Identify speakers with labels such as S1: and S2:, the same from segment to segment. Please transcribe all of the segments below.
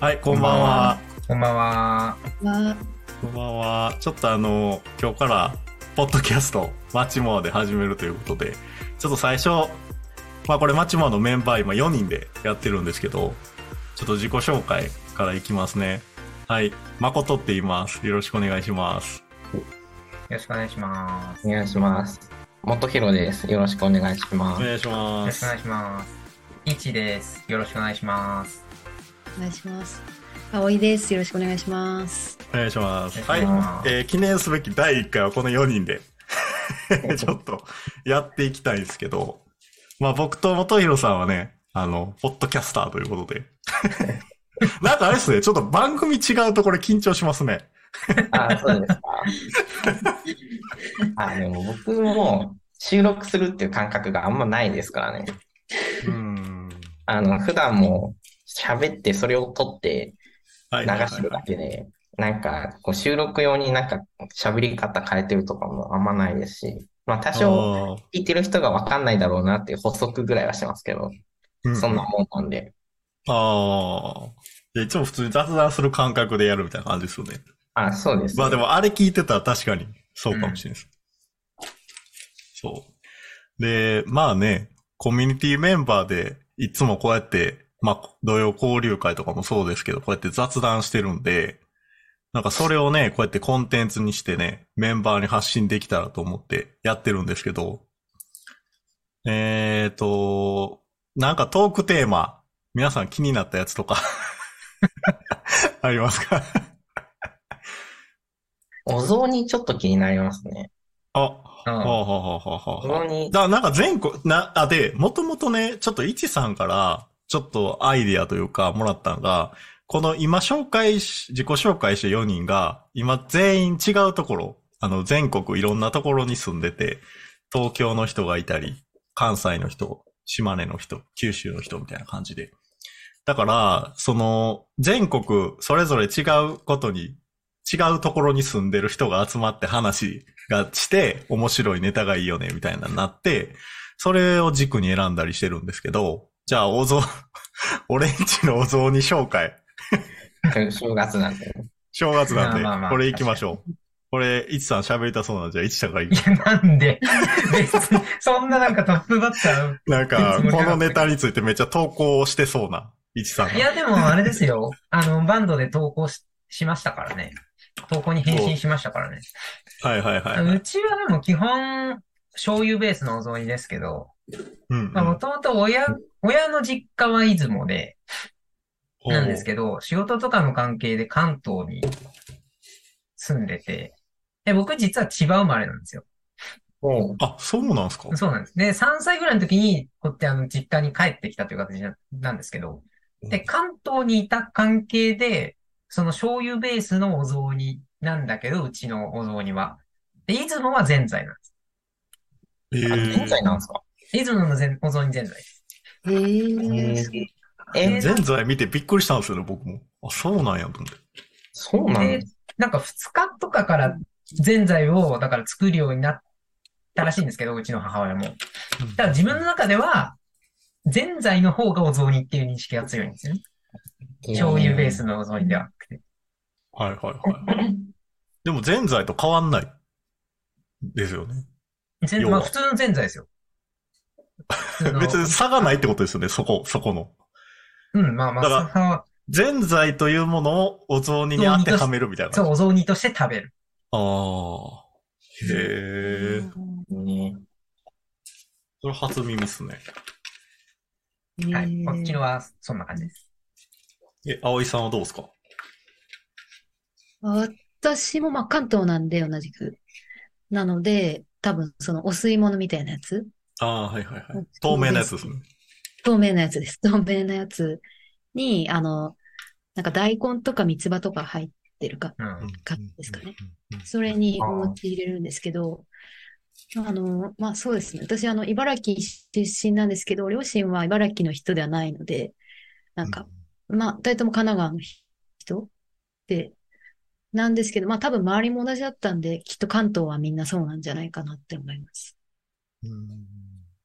S1: はい、こんばんは。
S2: こんばんは。
S3: わ
S1: こんばんは。ちょっとあの、今日から、ポッドキャスト、マチモアで始めるということで、ちょっと最初、まあこれマチモアのメンバー今4人でやってるんですけど、ちょっと自己紹介からいきますね。はい、誠って言います。よろしくお願いします。
S2: よろしくお願いします。
S4: お願いします。元弘です。よろしくお願いしま
S1: お
S4: す。
S1: 願いし
S2: よ
S1: ま
S2: ろしく
S1: す。
S2: お願いします。いちです。よろしくお願いします。
S3: お願いします。葵です。よろしくお願いします。
S1: お願いします。はい
S2: お願いしま。す
S1: えー記念すべき第1回はこの4人 で、ちょっとやっていきたいんですけど、まあ僕と元弘さんはね、あの、ポッドキャスターということ で。なんかあれですね、ちょっと番組違うとこれ緊張しますね。
S4: あ、そうですか。 あ、でも僕も収録するっていう感覚があんまないですからね。
S1: うん。
S4: あの、普段も喋ってそれを撮って
S1: は
S4: 流
S1: いはいはい
S4: してるだけで、なんかこう収録用になんか喋り方変えてるとかもあんまないですし、まあ多少
S1: あー
S4: 聞いてる人がわかんないだろうなっていう補足ぐらいはしますけど、
S1: う
S4: そんなもんなんで。
S1: ああ。いやいつも普通に雑談する感覚でやるみたいな感じですよね。
S4: あ、そうです。
S1: まあでもあれ聞いてたら確かにそうかもしれないです。そう。で、まあね、コミュニティメンバーでいつもこうやって、まあ、土曜交流会とかもそうですけど、こうやって雑談してるんで、なんかそれをね、こうやってコンテンツにしてね、メンバーに発信できたらと思ってやってるんですけど、えーと、なんかトークテーマ、皆さん気になったやつとか、ありますか
S4: お雑煮ちょっと気になりますね。
S1: あ、
S2: うん
S1: はあはあはあはあ
S4: お
S1: はあ
S4: 雑煮
S1: だなんか全国、な、あ、で、もともとね、ちょっといちさんから、ちょっとアイディアというか、もらったのが、この今紹介し、自己紹介して4人が、今全員違うところ、あの、全国いろんなところに住んでて、東京の人がいたり、関西の人、島根の人、九州の人みたいな感じで。だから、その、全国それぞれ違うことに、違うところに住んでる人が集まって話がして、面白いネタがいいよね、みたいなのになって、それを軸に選んだりしてるんですけど、じゃあ、お雑、 俺んちのお雑煮紹介。
S4: 正月なんで。
S1: 正月なん
S2: まあまあま
S1: で、
S2: あ
S1: これ行きましょう。これ、いちさん喋りたそうなんじゃ、いちさんが行
S2: い
S1: く。
S2: や、なんで別に、そんななんかトップバッタ
S1: なんか
S2: いつ、も
S1: こ
S2: ね
S1: のネタについてめっちゃ投稿してそうな、いちさんが
S2: ー。いや、でもあれですよ。 あの、バンドで投稿ししましたからね。投稿に返信しましたからね。
S1: はいはいはいは
S2: う
S1: い。
S2: ちはでも基本、醤油ベースのお雑煮ですけど、
S1: うんう
S2: まあもともと親、親の実家は出雲で、
S1: ん
S2: なんですけど、仕事とかの関係で関東に住んでて、で、僕実は千葉生まれなんですよ。
S4: も
S1: あ、そうなんですか
S2: そうなんです。で、3歳ぐらいの時に、こうやってあの、実家に帰ってきたという形ななんですけど、で、関東にいた関係で、その醤油ベースのお雑煮なんだけど、うちのお雑煮は。で、出雲はぜんざいなんです。
S1: え
S4: う、あ
S1: ー
S4: 現在なんですか
S2: 出雲のぜんお雑煮ぜんざいです。
S3: えー、
S4: え、
S1: 前在見てびっくりしたんですよね、僕も。あ、そうなんやと思って。
S4: そうなん
S2: で
S4: です。、
S2: なんか2日とかからぜんざいを、だから作るようになったらしいんですけど、うちの母親も。だから自分の中では、ぜんざいの方がお雑煮っていう認識が強いんですよね。醤油ベースのお雑煮ではなくて。
S1: はいはいはい。でも前在と変わんない。ですよね。
S2: ぜん
S1: 要は
S2: まあ普通のぜんざいですよ。普通 の
S1: 別に差がないってことですよね、そこ、そこの。
S2: うん、まあまあ、
S1: だ
S2: そ
S1: から
S2: こは
S1: 前在というものをお雑煮に当てはめるみたいな
S2: そう、
S1: 感じ。
S2: お雑煮として食べる。
S1: ああ。へえ。
S4: ね。
S1: それ初耳っすね。
S2: はい。こっちのは、そんな感じです。
S1: え、葵さんはどうですか
S3: 私もまあ関東なんで同じく。なので、多分そのお吸い物みたいなやつ。
S1: ああ、はいはいはい。透明なやつですね。
S3: 透明なやつです。透明なやつに、あの、なんか大根とか三つ葉とか入ってるか、
S2: うん。
S3: 感じですかね
S1: うん。うん
S3: それにお餅入れるんですけど、あの、まあそうですね。私、あの、茨城出身なんですけど、両親は茨城の人ではないので、なんか、、まあ、二人とも神奈川の人で、なんですけど、まあ多分周りも同じだったんで、きっと関東はみんなそうなんじゃないかなって思います。
S1: うん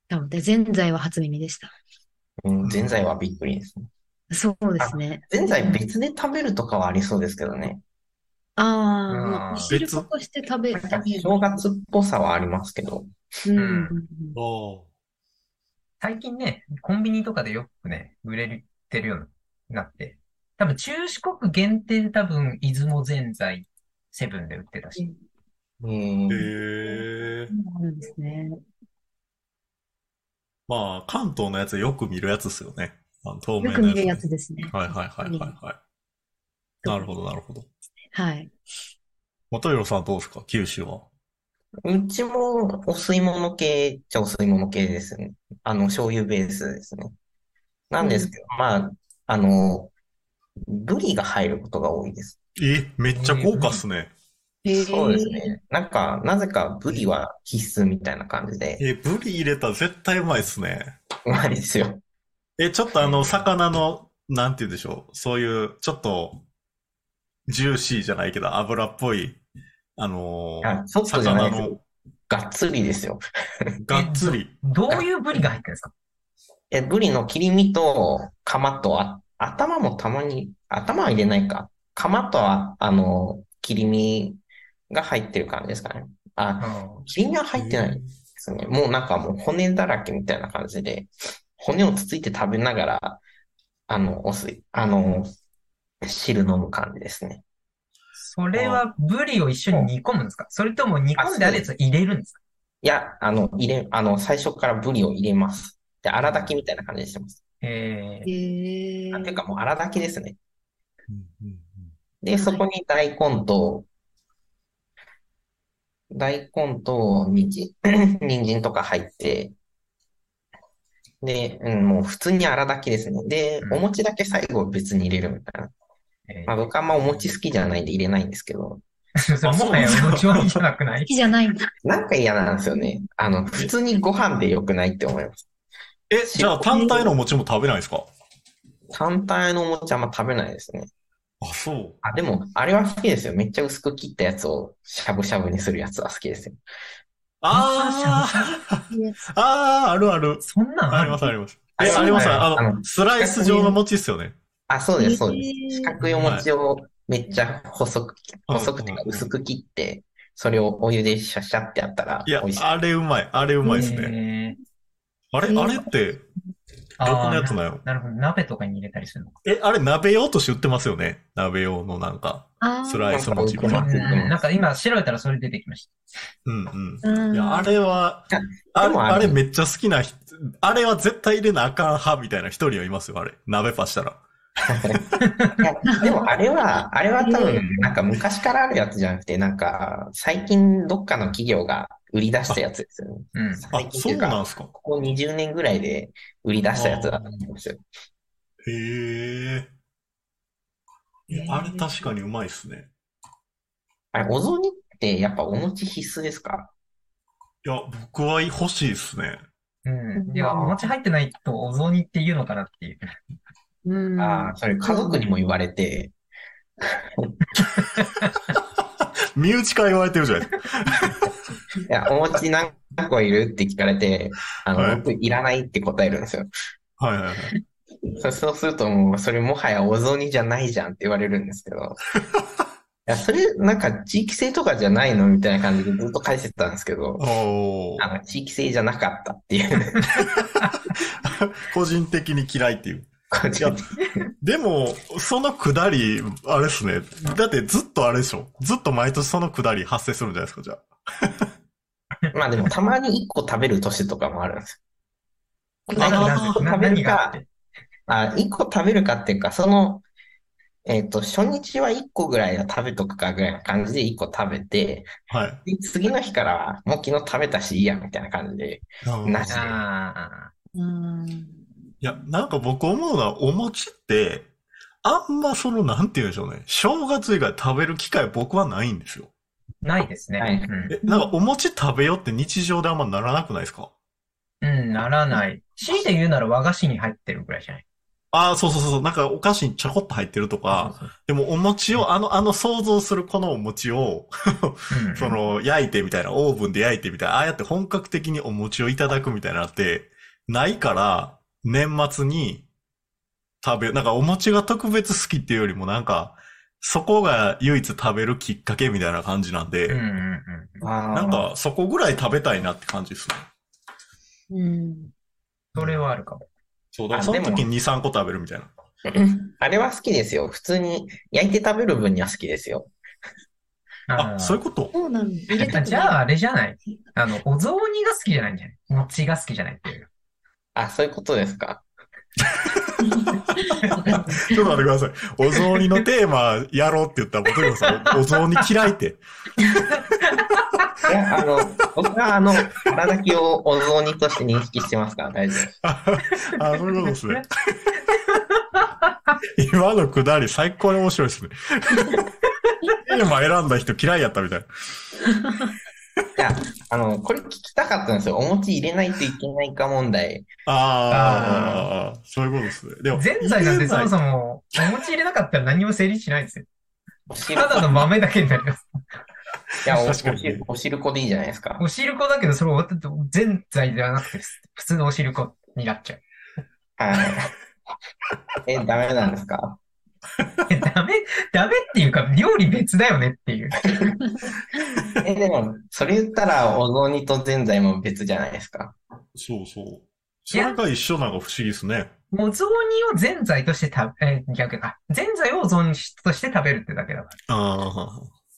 S3: なので、ぜんざいは初耳でした。
S4: うん、前菜はびっくりですね。
S3: そうですね。
S4: ぜんざい別で食べるとかはありそうですけどね。
S3: ああ、
S4: うん
S3: まあ、お汁粉として食べ、
S4: なん
S3: 食
S4: か
S3: べる。
S4: 正月っぽさはありますけど。
S3: うん
S2: う
S1: おー
S2: 最近ね、コンビニとかでよくね、売れてるようになって。多分中四国限定で多分、出雲ぜんざいセブンで売ってたし。
S4: えー
S1: へえ。
S3: あるんですね。
S1: まあ、関東のやつよく見るやつですよね。あの透
S3: よ
S1: 明
S3: く
S1: な
S3: 見るや
S1: ね
S3: つですね。
S1: はいはいはいはいはい。なるほどなるほど。
S3: はい。
S1: 元洋さんどうですか九州は。
S4: うちもお吸い物系っちゃお吸い物系ですね。あの、醤油ベースですね。なんですけど、まあ、あの、ブリが入ることが多いです。
S1: え、めっちゃ豪華っすね。
S4: そうです
S3: へ
S4: ね。なんか、なぜかブリは必須みたいな感じで、
S1: え、ブリ入れたら絶対うまいっすね。
S4: う まいですよ。
S1: え、ちょっとあの、魚の、なんて言うんでしょう。そういう、ちょっと、ジューシーじゃないけど、油っぽい、あのー
S4: あちょっとじゃな
S1: 魚
S4: いです
S1: の
S4: よ。がっつりですよ。
S1: がっつり。
S2: どういうブリが入ってるんですか
S4: え、ブリの切り身と、カマと、あ、頭もたまに、頭は入れないか。カマとは、あの、切り身が入ってる感じですかね。あ、切り身は入ってないですね。もうなんかもう骨だらけみたいな感じで、骨をつついて食べながら、あの、お水、あの、汁飲む感じですね。
S2: それはブリを一緒に煮込むんですかそれとも煮込んであるやつを入れるんですか
S4: いや、あの、入れ、あの、最初からブリを入れます。で、荒炊きみたいな感じにしてます。
S2: え
S3: え。へえ。
S4: あ、ていうかもう荒炊きですね。
S1: うんうんうん
S4: で、そこに大根と、大根と人参、 人参とか入って、で、うん、もう普通に粗炊きですね。で
S2: う、ん
S4: お餅だけ最後別に入れるみたいな。
S2: え
S4: まあ僕はあんまお餅好きじゃないんで入れないんですけど、
S2: ー。 それもはやお餅はいじゃなくな
S3: 好
S2: い
S3: きじゃないんだ。
S4: なんか嫌なんですよね。あの、普通にご飯で良くないって思います。
S1: え、じゃあ単体のお餅も食べないですか
S4: 単体のお餅あんま食べないですね。
S1: あ、そう。
S4: あ、でも、あれは好きですよ。めっちゃ薄く切ったやつをしゃぶしゃぶにするやつは好きですよ。
S1: あー、 あー、あるある。
S2: そんなん
S1: あり
S2: ある
S1: ますあります。
S4: あ
S1: え、ありますあ
S4: あ
S1: の、スライス状の餅っすよね。
S4: あ、そうです、そうです。
S3: す
S4: 四角いお餅をめっちゃ細く、
S1: はい
S4: 細くてか薄く切って、それをお湯でシャシャってやったら
S1: いや
S4: 美味し、い。
S1: あれうまい。あれうまいですね。
S2: ね。
S1: あれ、あれって、どこ
S2: あ
S1: の
S2: あ
S1: やつなの
S2: なるほど。鍋とかに入れたりするのか。
S1: え、あれ鍋用として売ってますよね。鍋用のなんか、スライス餅みたい
S4: あ
S1: な。
S4: ー
S2: うんなんか今調べたらそれ出てきまし
S1: うん
S3: う
S1: うん。
S3: ん。
S1: いや、あれは、あ
S4: で
S1: れ、
S4: もあれ
S1: あれめっちゃ好きな人、あれは絶対入れなあかん派みたいな一人はいますよ、あれ。鍋パしたら。
S4: いやでもあれは、あれは多分、なんか昔からあるやつじゃなくて、なんか最近どっかの企業が売り出したやつですよね。
S2: た。うん。
S1: あ
S4: 最、近って
S1: そ
S4: いうう
S1: な
S4: か、
S1: んすか。
S4: ここ20年ぐらいで売り出したやつだと思いますよ。
S1: へえ。えあれ確かにうまいっすね。
S4: あれ、お雑煮ってやっぱお餅必須ですか
S1: いや、僕は欲しいっすね。
S2: うん。いや、お餅入ってないとお雑煮って言うのかなっていう。
S3: うん。
S4: ああ、それ家族にも言われて、
S1: 身内から言われてるじゃないですか。
S4: いや、お餅何個いるって聞かれて、あの、
S1: はい
S4: 僕いらないって答えるんですよ。
S1: はいはいはい。
S4: そそうするともう、それもはやお雑煮じゃないじゃんって言われるんです けど。いや、それ、なんか地域性とかじゃないのみたいな感じでずっと返してたんですけど、
S1: お
S4: あ
S1: ー
S4: の、地域性じゃなかったっていう。
S1: 個人的に嫌いっていう。
S4: 感
S1: い
S4: じ
S1: やでも、そのくだり、あれっすね。だってずっとあれでしょ。ずっと毎年そのくだり発生するんじゃないですか、じゃあ。
S4: まあでも、たまに1個食べる年とかもあるんですよ。
S1: あー
S4: 1個
S2: な
S4: 食べる
S2: 何があ
S4: か
S2: って。
S4: あ、一個食べるかっていうか、その、えっと、初日は1個ぐらいは食べとくかぐらいな感じで1個食べて、
S1: はい。
S4: で次の日からは、もう昨日食べたしいいや、みたいな感じで。なし
S2: あ
S3: うん。
S1: いや、なんか僕思うのは、お餅って、あんまその、なんて言うんでしょうね。正月以外食べる機会僕はないんですよ。
S2: あ、ないですね。
S4: はい
S2: うん
S1: え、なんかお餅食べようって日常であんまならなくないですか
S2: うん、ならない。強いて言うなら和菓子に入ってるぐらいじゃない。
S1: ああ、そうそうそうそう。なんかお菓子にちょこっと入ってるとか、でもお餅を、あの、あの想像するこのお餅を、
S2: うん
S1: その、焼いてみたいな、オーブンで焼いてみたいな、ああやって本格的にお餅をいただくみたいなのって、ないから、年末に食べ、なんかお餅が特別好きっていうよりもなんか、そこが唯一食べるきっかけみたいな感じなんで、
S2: うんうんうん。
S4: な
S1: なん、かそこぐらい食べたいなって感じですね。
S3: うん。
S2: それはあるかも。
S1: そうだ、
S4: あ
S1: その時
S4: で
S1: 2、3個食べるみたいな。
S4: あれは好きですよ。普通に焼いて食べる分には好きですよ。
S1: あ、そういうこと
S3: そうなんだ。入れたく
S2: じ ゃあ、
S3: ない
S2: あれじゃないあの、お雑煮が好きじゃないんじゃない餅が好きじゃないっていう。
S4: あ、そういうことで すか。
S1: ちょっと待ってください。お雑煮のテーマやろうって言ったら、僕もさん、お雑煮嫌いって。
S4: いや、あの、僕はあの、腹だきをお雑煮として認識してますから大丈夫です。
S1: あ、そういうことです ね。今のくだり最高に面白いです ね。テーマ選んだ人嫌いやったみたいな。
S4: いや、あの、これ聞きたかったんですよ。お餅入れないといけないか問題。
S1: あー、そういうことですね。でも、
S2: 前菜なんてそも
S1: も。
S2: そも、お餅入れなかったら何も成立しないんですよ。
S4: お
S2: た
S4: 汁
S2: だの豆だけになります。
S4: いや、おお
S1: 確かに
S4: 汁お汁粉でいいじゃないですか。
S2: お汁粉だけど、それお前菜ではなくて、普通のお汁粉になっちゃう。
S4: はい。え、ダメなんですか
S2: えダメ、ダメっていうか、料理別だよねっていう。
S4: え、でも、それ言ったら、お雑煮とぜんざいも別じゃないですか。
S1: そうそう。それが一緒なんか不思議ですね。
S2: お雑煮を前菜として食べ、えー逆か。前菜をお雑煮として食べるってだけだか
S1: あ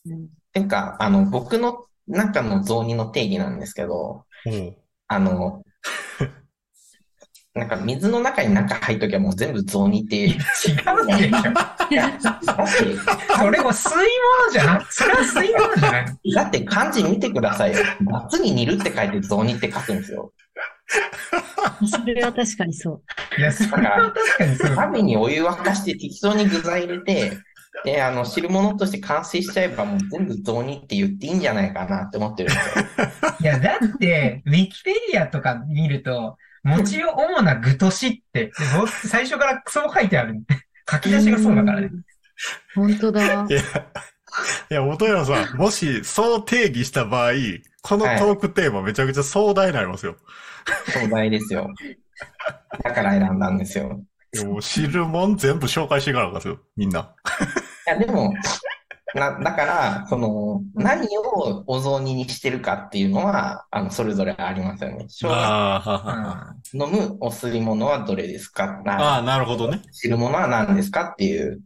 S3: うん
S4: ていうか、あの、僕の中の雑煮の定義なんですけど、
S1: ー。も
S4: あの、 なんか水の中に中入っときゃもう全部雑煮って、
S2: ら。違うでし ょ。
S4: だって、
S2: それも吸い物じゃなく、それは吸い物じゃない。
S4: だって漢字見てくださいよ。夏に煮るって書いて雑煮って書くんですよ。
S3: それは確かにそう。
S2: いや、それは確かにそう。
S4: 鍋にお湯沸かして適当に具材入れて、で、あの、汁物として完成しちゃえばもう全部雑煮って言っていいんじゃないかなって思ってるんですよ。
S2: いや、だって、ウィキペディアとか見ると、餅を主な具としって、も最初からクソも書いてある。書き出しがそうだからね。
S3: ん。本当だ
S1: う。い。や、いや、元山さん、 もしそう定義した場合、このトークテーマめちゃくちゃ壮大になりますよ。
S4: 壮大ですよ。だから選んだんですよ。
S1: いやもう汁もん全部紹介していかなあかんですよ、みんな。
S4: いや、でも、な、だから、その、何をお雑煮にしてるかっていうのは、あの、それぞれありますよね。生姜
S1: あーは
S2: うん
S1: はは
S4: 飲むお吸い物はどれですか
S1: ああ、なるほどね。
S4: 知るものは何ですかっていう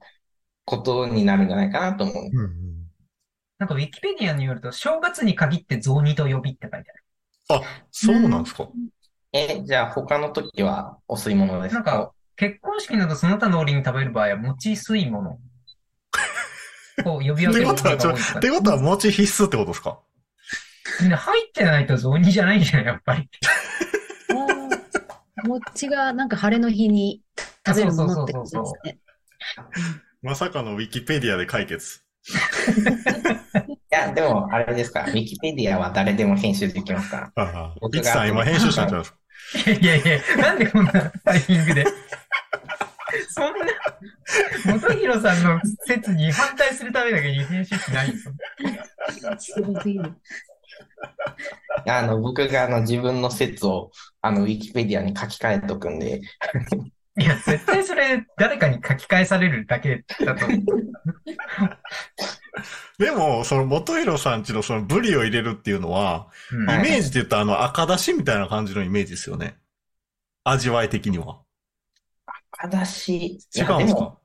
S4: ことになるんじゃないかなと思う。
S2: なんかウィキペディアによると、正月に限って雑煮と呼びって書いてある。
S1: あ、そうなんですか。
S4: え、じゃあ他の時はお吸い物です
S2: なんか、結婚式などその他の折に食べる場合は、餅吸い物。こう呼び分ける ことが多いとか
S1: ってことは餅必須ってことですか
S2: 入ってないと雑煮じゃないんじゃないやっぱり。
S3: おー餅がなんか晴れの日に食べるものってこと
S2: そうそう
S3: です
S2: そう
S3: ね。
S1: まさかのウィキペディアで解決。
S4: いや、でもあれですか、ウィキペディアは誰でも編集できますから。
S1: ああ。
S4: 僕が
S1: いつさん今編集したんじゃない ですか
S2: いやいやいや、なんでこんなタイミングで。そんな、元弘さんの説に反対するためだけに編集しないんですよ。
S3: すごすぎる。
S4: あの、僕があの自分の説をあのウィキペディアに書き換えとくんで、
S2: いや、絶対それ、誰かに書き換えされるだけだと思う。
S1: でも、その元弘さんちのそのブリを入れるっていうのは、
S2: うん
S1: イメージで言ったらあの赤だしみたいな感じのイメージですよね。味わい的には。
S4: 私、い
S1: 違
S4: や、
S1: うんで
S4: ですも、
S1: か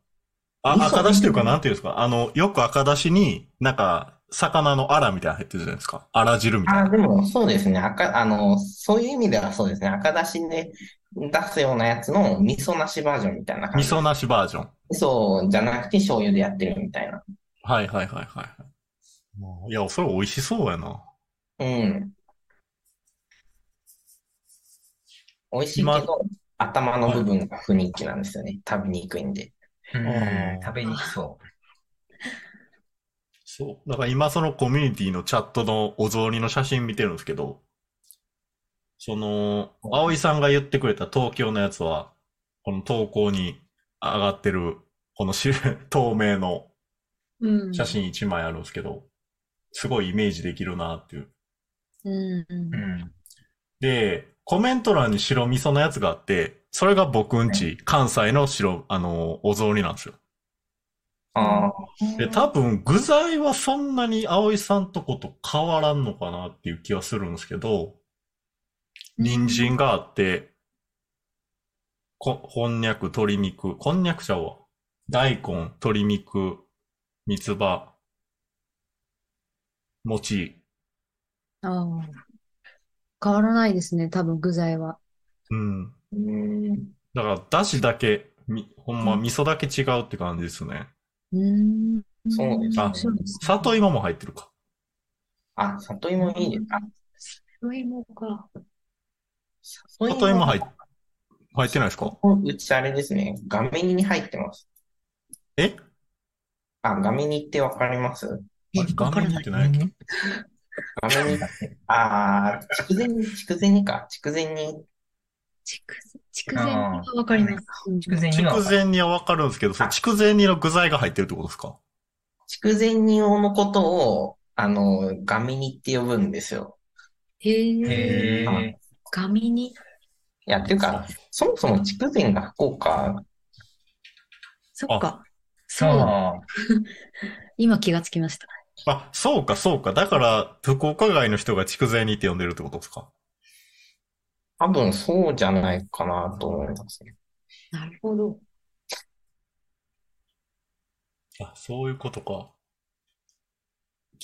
S1: あ
S4: 味噌
S1: 赤だしというか、なんていうんですかあの、よく赤だしに、なんか、魚のアラみたいなの入ってるじゃないですか。アラ汁みたいな。
S4: あ、でもそうですね、赤、あの、そういう意味ではそうですね、赤だしで出すようなやつの味噌なしバージョンみたいな感
S1: 味
S4: じ。
S1: 噌なしバージョン。
S4: 味噌じゃなくて醤油でやってるみたいな。
S1: はいはいはいはい。いや、それ美味しそうやな。
S4: うん。美味しい
S1: 今
S4: けど、頭の部分が不人気なんですよね。食べにくいんで。
S2: うん食べにくそ
S1: そう。だから今そのコミュニティのチャットのお雑煮の写真見てるんですけど、その、葵さんが言ってくれた東京のやつは、この投稿に上がってる、このし 透明の
S3: うん。
S1: 写。真1枚あるんですけど、すごいイメージできるなっていう。
S3: うん。
S2: う。うん。
S1: で、コメント欄に白味噌のやつがあって、それが僕んち、関西の白、あの、お雑煮なんですよ。
S4: あ
S1: で、多分具材はそんなに葵さんとこと変わらんのかなっていう気はするんですけど、人参があって、こ、こんにゃく、鶏肉、こんにゃくちゃうわ。大根、鶏肉、三つ葉、餅。
S3: あー変わらないですね、多分具材は。
S1: うん。
S4: ーうん
S1: だから、だしだけ、み、ほんま、
S3: うん
S1: 味噌だけ違うって感じですね。
S3: うーん。
S4: そうですね
S3: 面白いですね。
S1: 里芋も入ってるか。
S4: あ、里芋いいですか
S3: 里芋か。
S4: 里
S1: 里芋入っ、入ってないですか
S4: うちあれですね、画面に入ってます。
S1: え
S4: あ、画面にってわかり ます
S1: あれ画
S3: わから
S1: 面に
S3: な
S1: っ
S3: い
S1: てない。
S4: 画面にだって。あー、筑前煮、筑前煮か。筑前煮。
S3: 筑前、筑前はわかります。うん
S2: 筑前煮は
S1: 筑前煮はわかるんですけど、その筑前煮の具材が入ってるってことですか
S4: 筑前煮用のことを、あの、画面にって呼ぶんですよ。
S3: へえ。
S2: へー
S3: ガミに。
S4: いや、っていうか、そもそも筑前が福岡、
S3: そっか。そうだ。
S2: そう。
S3: 今気がつきました。
S1: あ、そうか、そうか。だから、福岡外の人が筑前煮って呼んでるってことですか
S4: 多分そうじゃないかなと思いますね。
S3: なるほど。
S1: あ、そういうことか。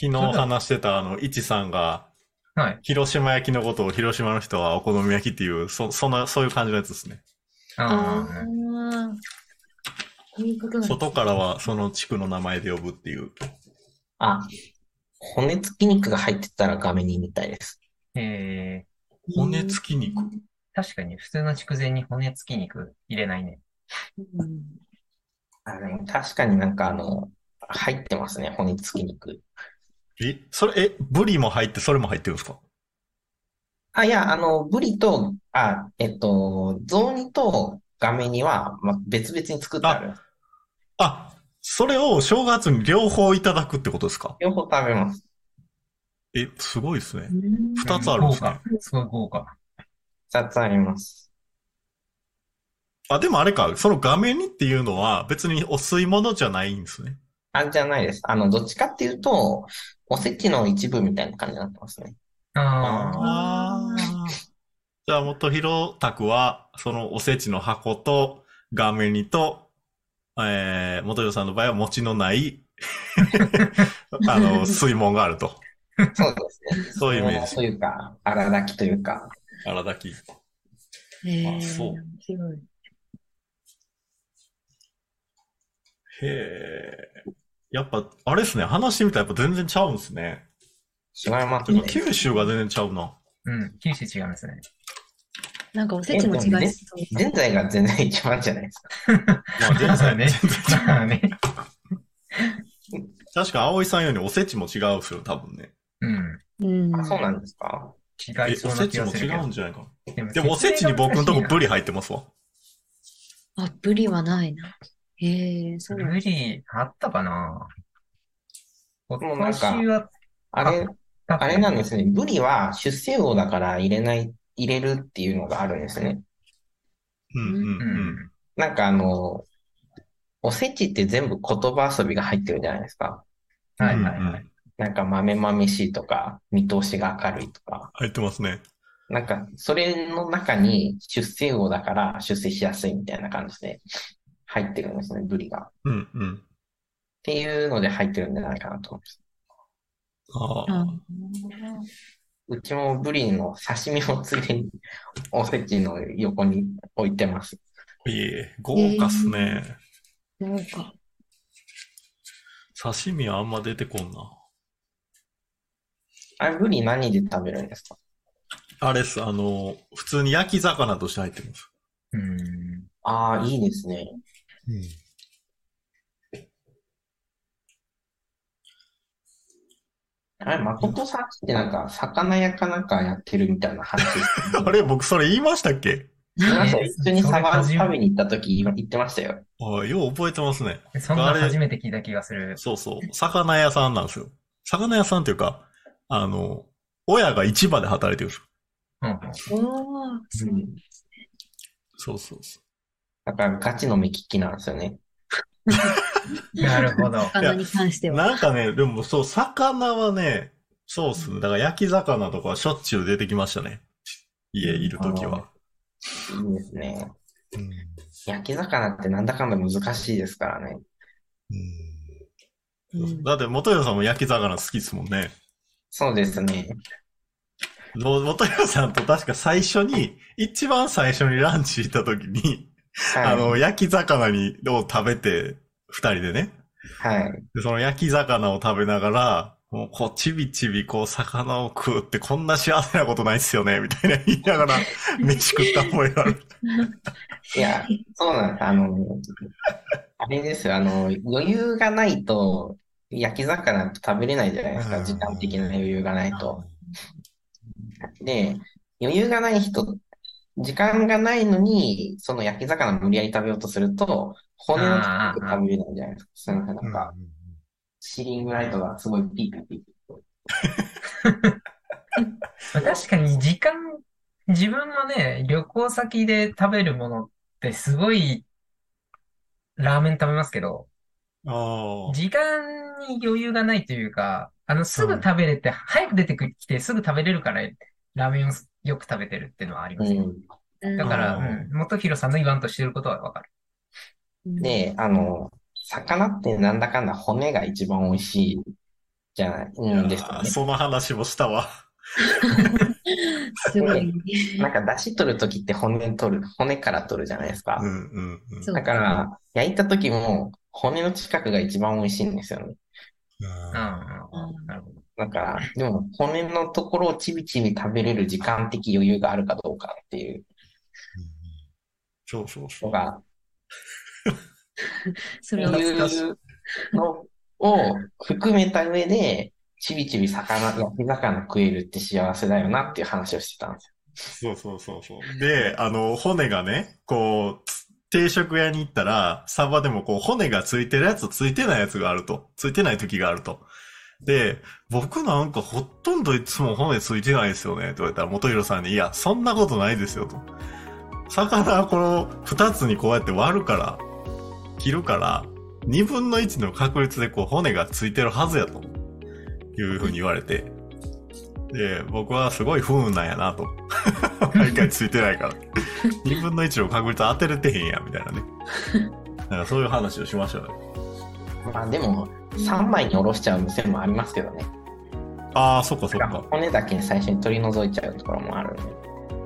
S1: 昨日話してた、あの、いちさんが、
S2: はい。
S1: 広島焼きのことを広島の人はお好み焼きっていう、そ、そんな、そういう感じのやつですね。
S2: あ
S3: あ
S2: ー
S3: あ。そういうことなんです
S1: 外からはその地区の名前で呼ぶっていう。
S4: あ、骨付き肉が入ってたら画面にみたいです。
S2: えー
S1: 骨付き肉。
S2: 確かに普通の筑前に骨付き肉入れないね。
S3: うん
S4: あ、でも確かになんかあの、入ってますね、骨付き肉。
S1: え、それ、え、ブリも入って、それも入ってるんですか
S4: あ、いや、あの、ブリと、あ、えっと、雑煮と画面には、ま、別々に作ってある。
S1: あ、それを正月に両方いただくってことですか
S4: 両方食べます。
S1: え、すごいですね。
S3: うん
S1: 二つあるんですね
S2: 豪華。すごい豪華。
S4: 二つあります。
S1: あ、でもあれか、その画面にっていうのは別にお吸い物じゃないんですね。
S4: あ、じゃないです。あの、どっちかっていうと、おせちの一部みたいな感じになってま すね。
S2: あ
S1: ああ。じゃあ、元広拓は、そのおせちの箱と、画面にと、えー、元広さんの場合は餅の ない、あの、水門があると。
S4: そうですね。
S1: そういうイメージ
S4: ものというか、荒炊きというか。
S1: 荒だき。
S3: へえ。
S1: あそう
S3: 面白い。
S1: へえ。やっぱ、あれですね、話してみたらやっぱ全然ちゃうんですね。
S4: 違いますね。
S1: 九州が全然ち ゃうな。
S2: あ。うん。九州違いますね。
S3: なんかおせちも違いそう。
S4: ぜんざいが全然一番じゃないですか。
S1: まあ、全然ね。
S2: まあね。
S1: 確か、葵さんよりおせちも違うっすよ、多分ね。
S2: うん。
S3: うん。
S4: あ、そうなんですか
S2: 違
S1: え
S2: い、そう
S1: お
S2: な
S1: せ
S2: 気
S1: ち
S2: が
S1: も
S2: する
S1: 違
S2: け
S1: う
S2: ど
S1: んじゃないかな。
S2: でも
S1: でも、おせちに僕のとこブ
S2: リ。
S1: リ入ってますわ。
S3: あ、ブリはないな。へえ、そうなんだ
S2: ブリあったかな今
S4: もうなんか
S2: 年は
S4: あれ、
S2: あ
S4: あれなんですね。ブリは出世魚だから入れない、入れるっていうのがあるんですね。
S1: うんうん
S2: う
S1: うん。
S2: ん。
S4: なんかあの、おせちって全部言葉遊びが入ってるじゃないですか。
S2: はいはいはい。
S4: なんか豆豆しいとか、見通しが明るいとか。
S1: 入ってますね。
S4: なんか、それの中に出世魚だから出世しやすいみたいな感じで入ってるんですね、ブリが。っ
S1: うんうん。
S4: ていうので入ってるんじゃないかなと思います。
S1: あ
S3: あ
S1: あ。
S4: うちもブリの刺身を常におせちの横に置いてます。
S1: いえいえ、豪華っすね。
S3: そうか。
S1: 刺身はあんま出てこんな。
S4: あれ、ブリ何で食べるんですか
S1: あれっす、あの、普通に焼き魚として入ってます。
S2: うん。
S4: ああ、いいですね。あれ、誠さんってなんか、魚屋かなんかやってるみたいな話ですよね。
S1: あれ、僕それ言いましたっけ
S4: なんか
S2: え
S4: 一緒にサバ
S2: それ初め
S4: 食べに行った時言ってましたよ。
S1: ああ、よう覚えてますね。
S2: そんな初めて聞いた気がする。
S1: そうそう。魚屋さんなんですよ。魚屋さんっていうか、あの、親が市場で働いてるんですよ。
S2: うん。
S3: おー、そうう。
S4: ん
S1: そうそうそ
S4: だからガチの目利きなんですよね。
S2: なるほど。
S3: 魚に関して
S1: う。
S3: は。
S1: なんかね、でもそう、魚はね、そうっすね。だから焼き魚とかはしょっちゅう出てきましたね。家いるときは。
S4: いいですね。焼き魚ってなんだかんだ難しいですからね。
S1: うん
S3: うん
S1: だって、元谷さんも焼き魚好きですもんね。
S4: そうですね。
S1: も元谷さんと確か最初に、一番最初にランチ行ったときに、
S4: はい。
S1: あの、焼き魚に、を食べて、二人でね。
S4: はい。
S1: で、その焼き魚を食べながら、もうこう、ちびちびこう、魚を食うってこんな幸せなことないっすよね、みたいな言いな がら、飯食った思いがある。
S4: いや、そうなんです。あの、あれですよ。あの、余裕がないと、焼き魚って食べれないじゃないです
S1: う
S4: か。
S1: ん
S4: 時間的な余裕がないと。で、余裕がない人、時間がないのに、その焼き魚無理やり食べようとすると、骨の近く食べれないじゃないですか。そのなんか、シーリングライトがすごいピーピーピーピーと。
S2: まあ 確かに時間、自分のね、旅行先で食べるものってすごい、ラーメン食べますけど、
S1: ああ。
S2: 時間に余裕がないというか、あの、すぐ食べれて、早く出てきてすぐ食べれるから、ラーメンをよく食べてるっていうのはありますね。
S4: う
S3: う
S4: ん。
S3: ん
S2: だから、
S1: うん
S2: うん、元弘さんの言わんとしてることはわかる。
S4: で、あの、魚ってなんだかんだ骨が一番美味しいじゃない、うんですよ
S1: あー
S4: ね。
S1: その話もしたわ。
S3: すご い。
S4: なんか出汁取るときって骨取る、骨から取るじゃないですか
S1: う。んうんうん。
S3: そう
S4: だから、焼いたときも骨の近くが一番美味しいんですよね。
S2: うん、うん、なるほど。
S4: だから、でも骨のところをちびちび食べれる時間的余裕があるかどうかっていう
S1: そうそうそ
S4: の
S1: う。
S4: が、
S3: それは
S4: 余
S3: う
S4: 裕のを含めた上で、ちびちび魚、焼き魚食えるって幸せだよなっていう話をしてたんですよ。
S1: そうそうそうそう。で、あの、骨がね、こう、つ定食屋に行ったら、サバでもこう、骨がついてるやつ、ついてないやつがあると。ついてない時があると。で、僕なんかほとんどいつも骨ついてないですよね、と言われたら、元弘さんに、いや、そんなことないですよ、と。魚はこの二つにこうやって割るから、切るから、二分の一の確率でこう骨がついてるはずやと、いうふうに言われて。で、僕はすごい不運なんやなと。毎回ついてないから。二分の一の確率当てれてへんや、みたいなね。なんかそういう話をしましょうよ。
S4: まあでも、3枚におろしちゃう店もありますけどね。
S1: ああ、そっかそっ
S4: なんか
S1: か。
S4: 骨だけ最初に取り除いちゃうところもあるんで。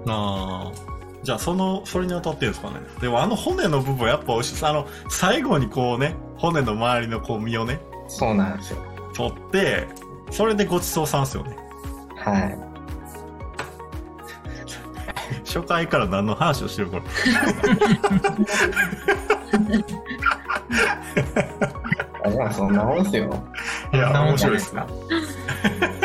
S1: あーじゃあその、それに当たってるんですかね。でもあの骨の部分やっぱ美味しいですあの、最後にこうね、骨の周りのこう身をね、
S4: そうなんですよ。
S1: 取って、それでごちそうさんですよね。
S4: は
S1: 初回から何の話をしてるこれ。
S4: い。まあそんなもんですよ。
S1: いや、
S2: そんなもん
S1: 面
S2: じ
S1: 白
S2: ゃないい
S1: で
S2: ですす
S1: ね
S2: か。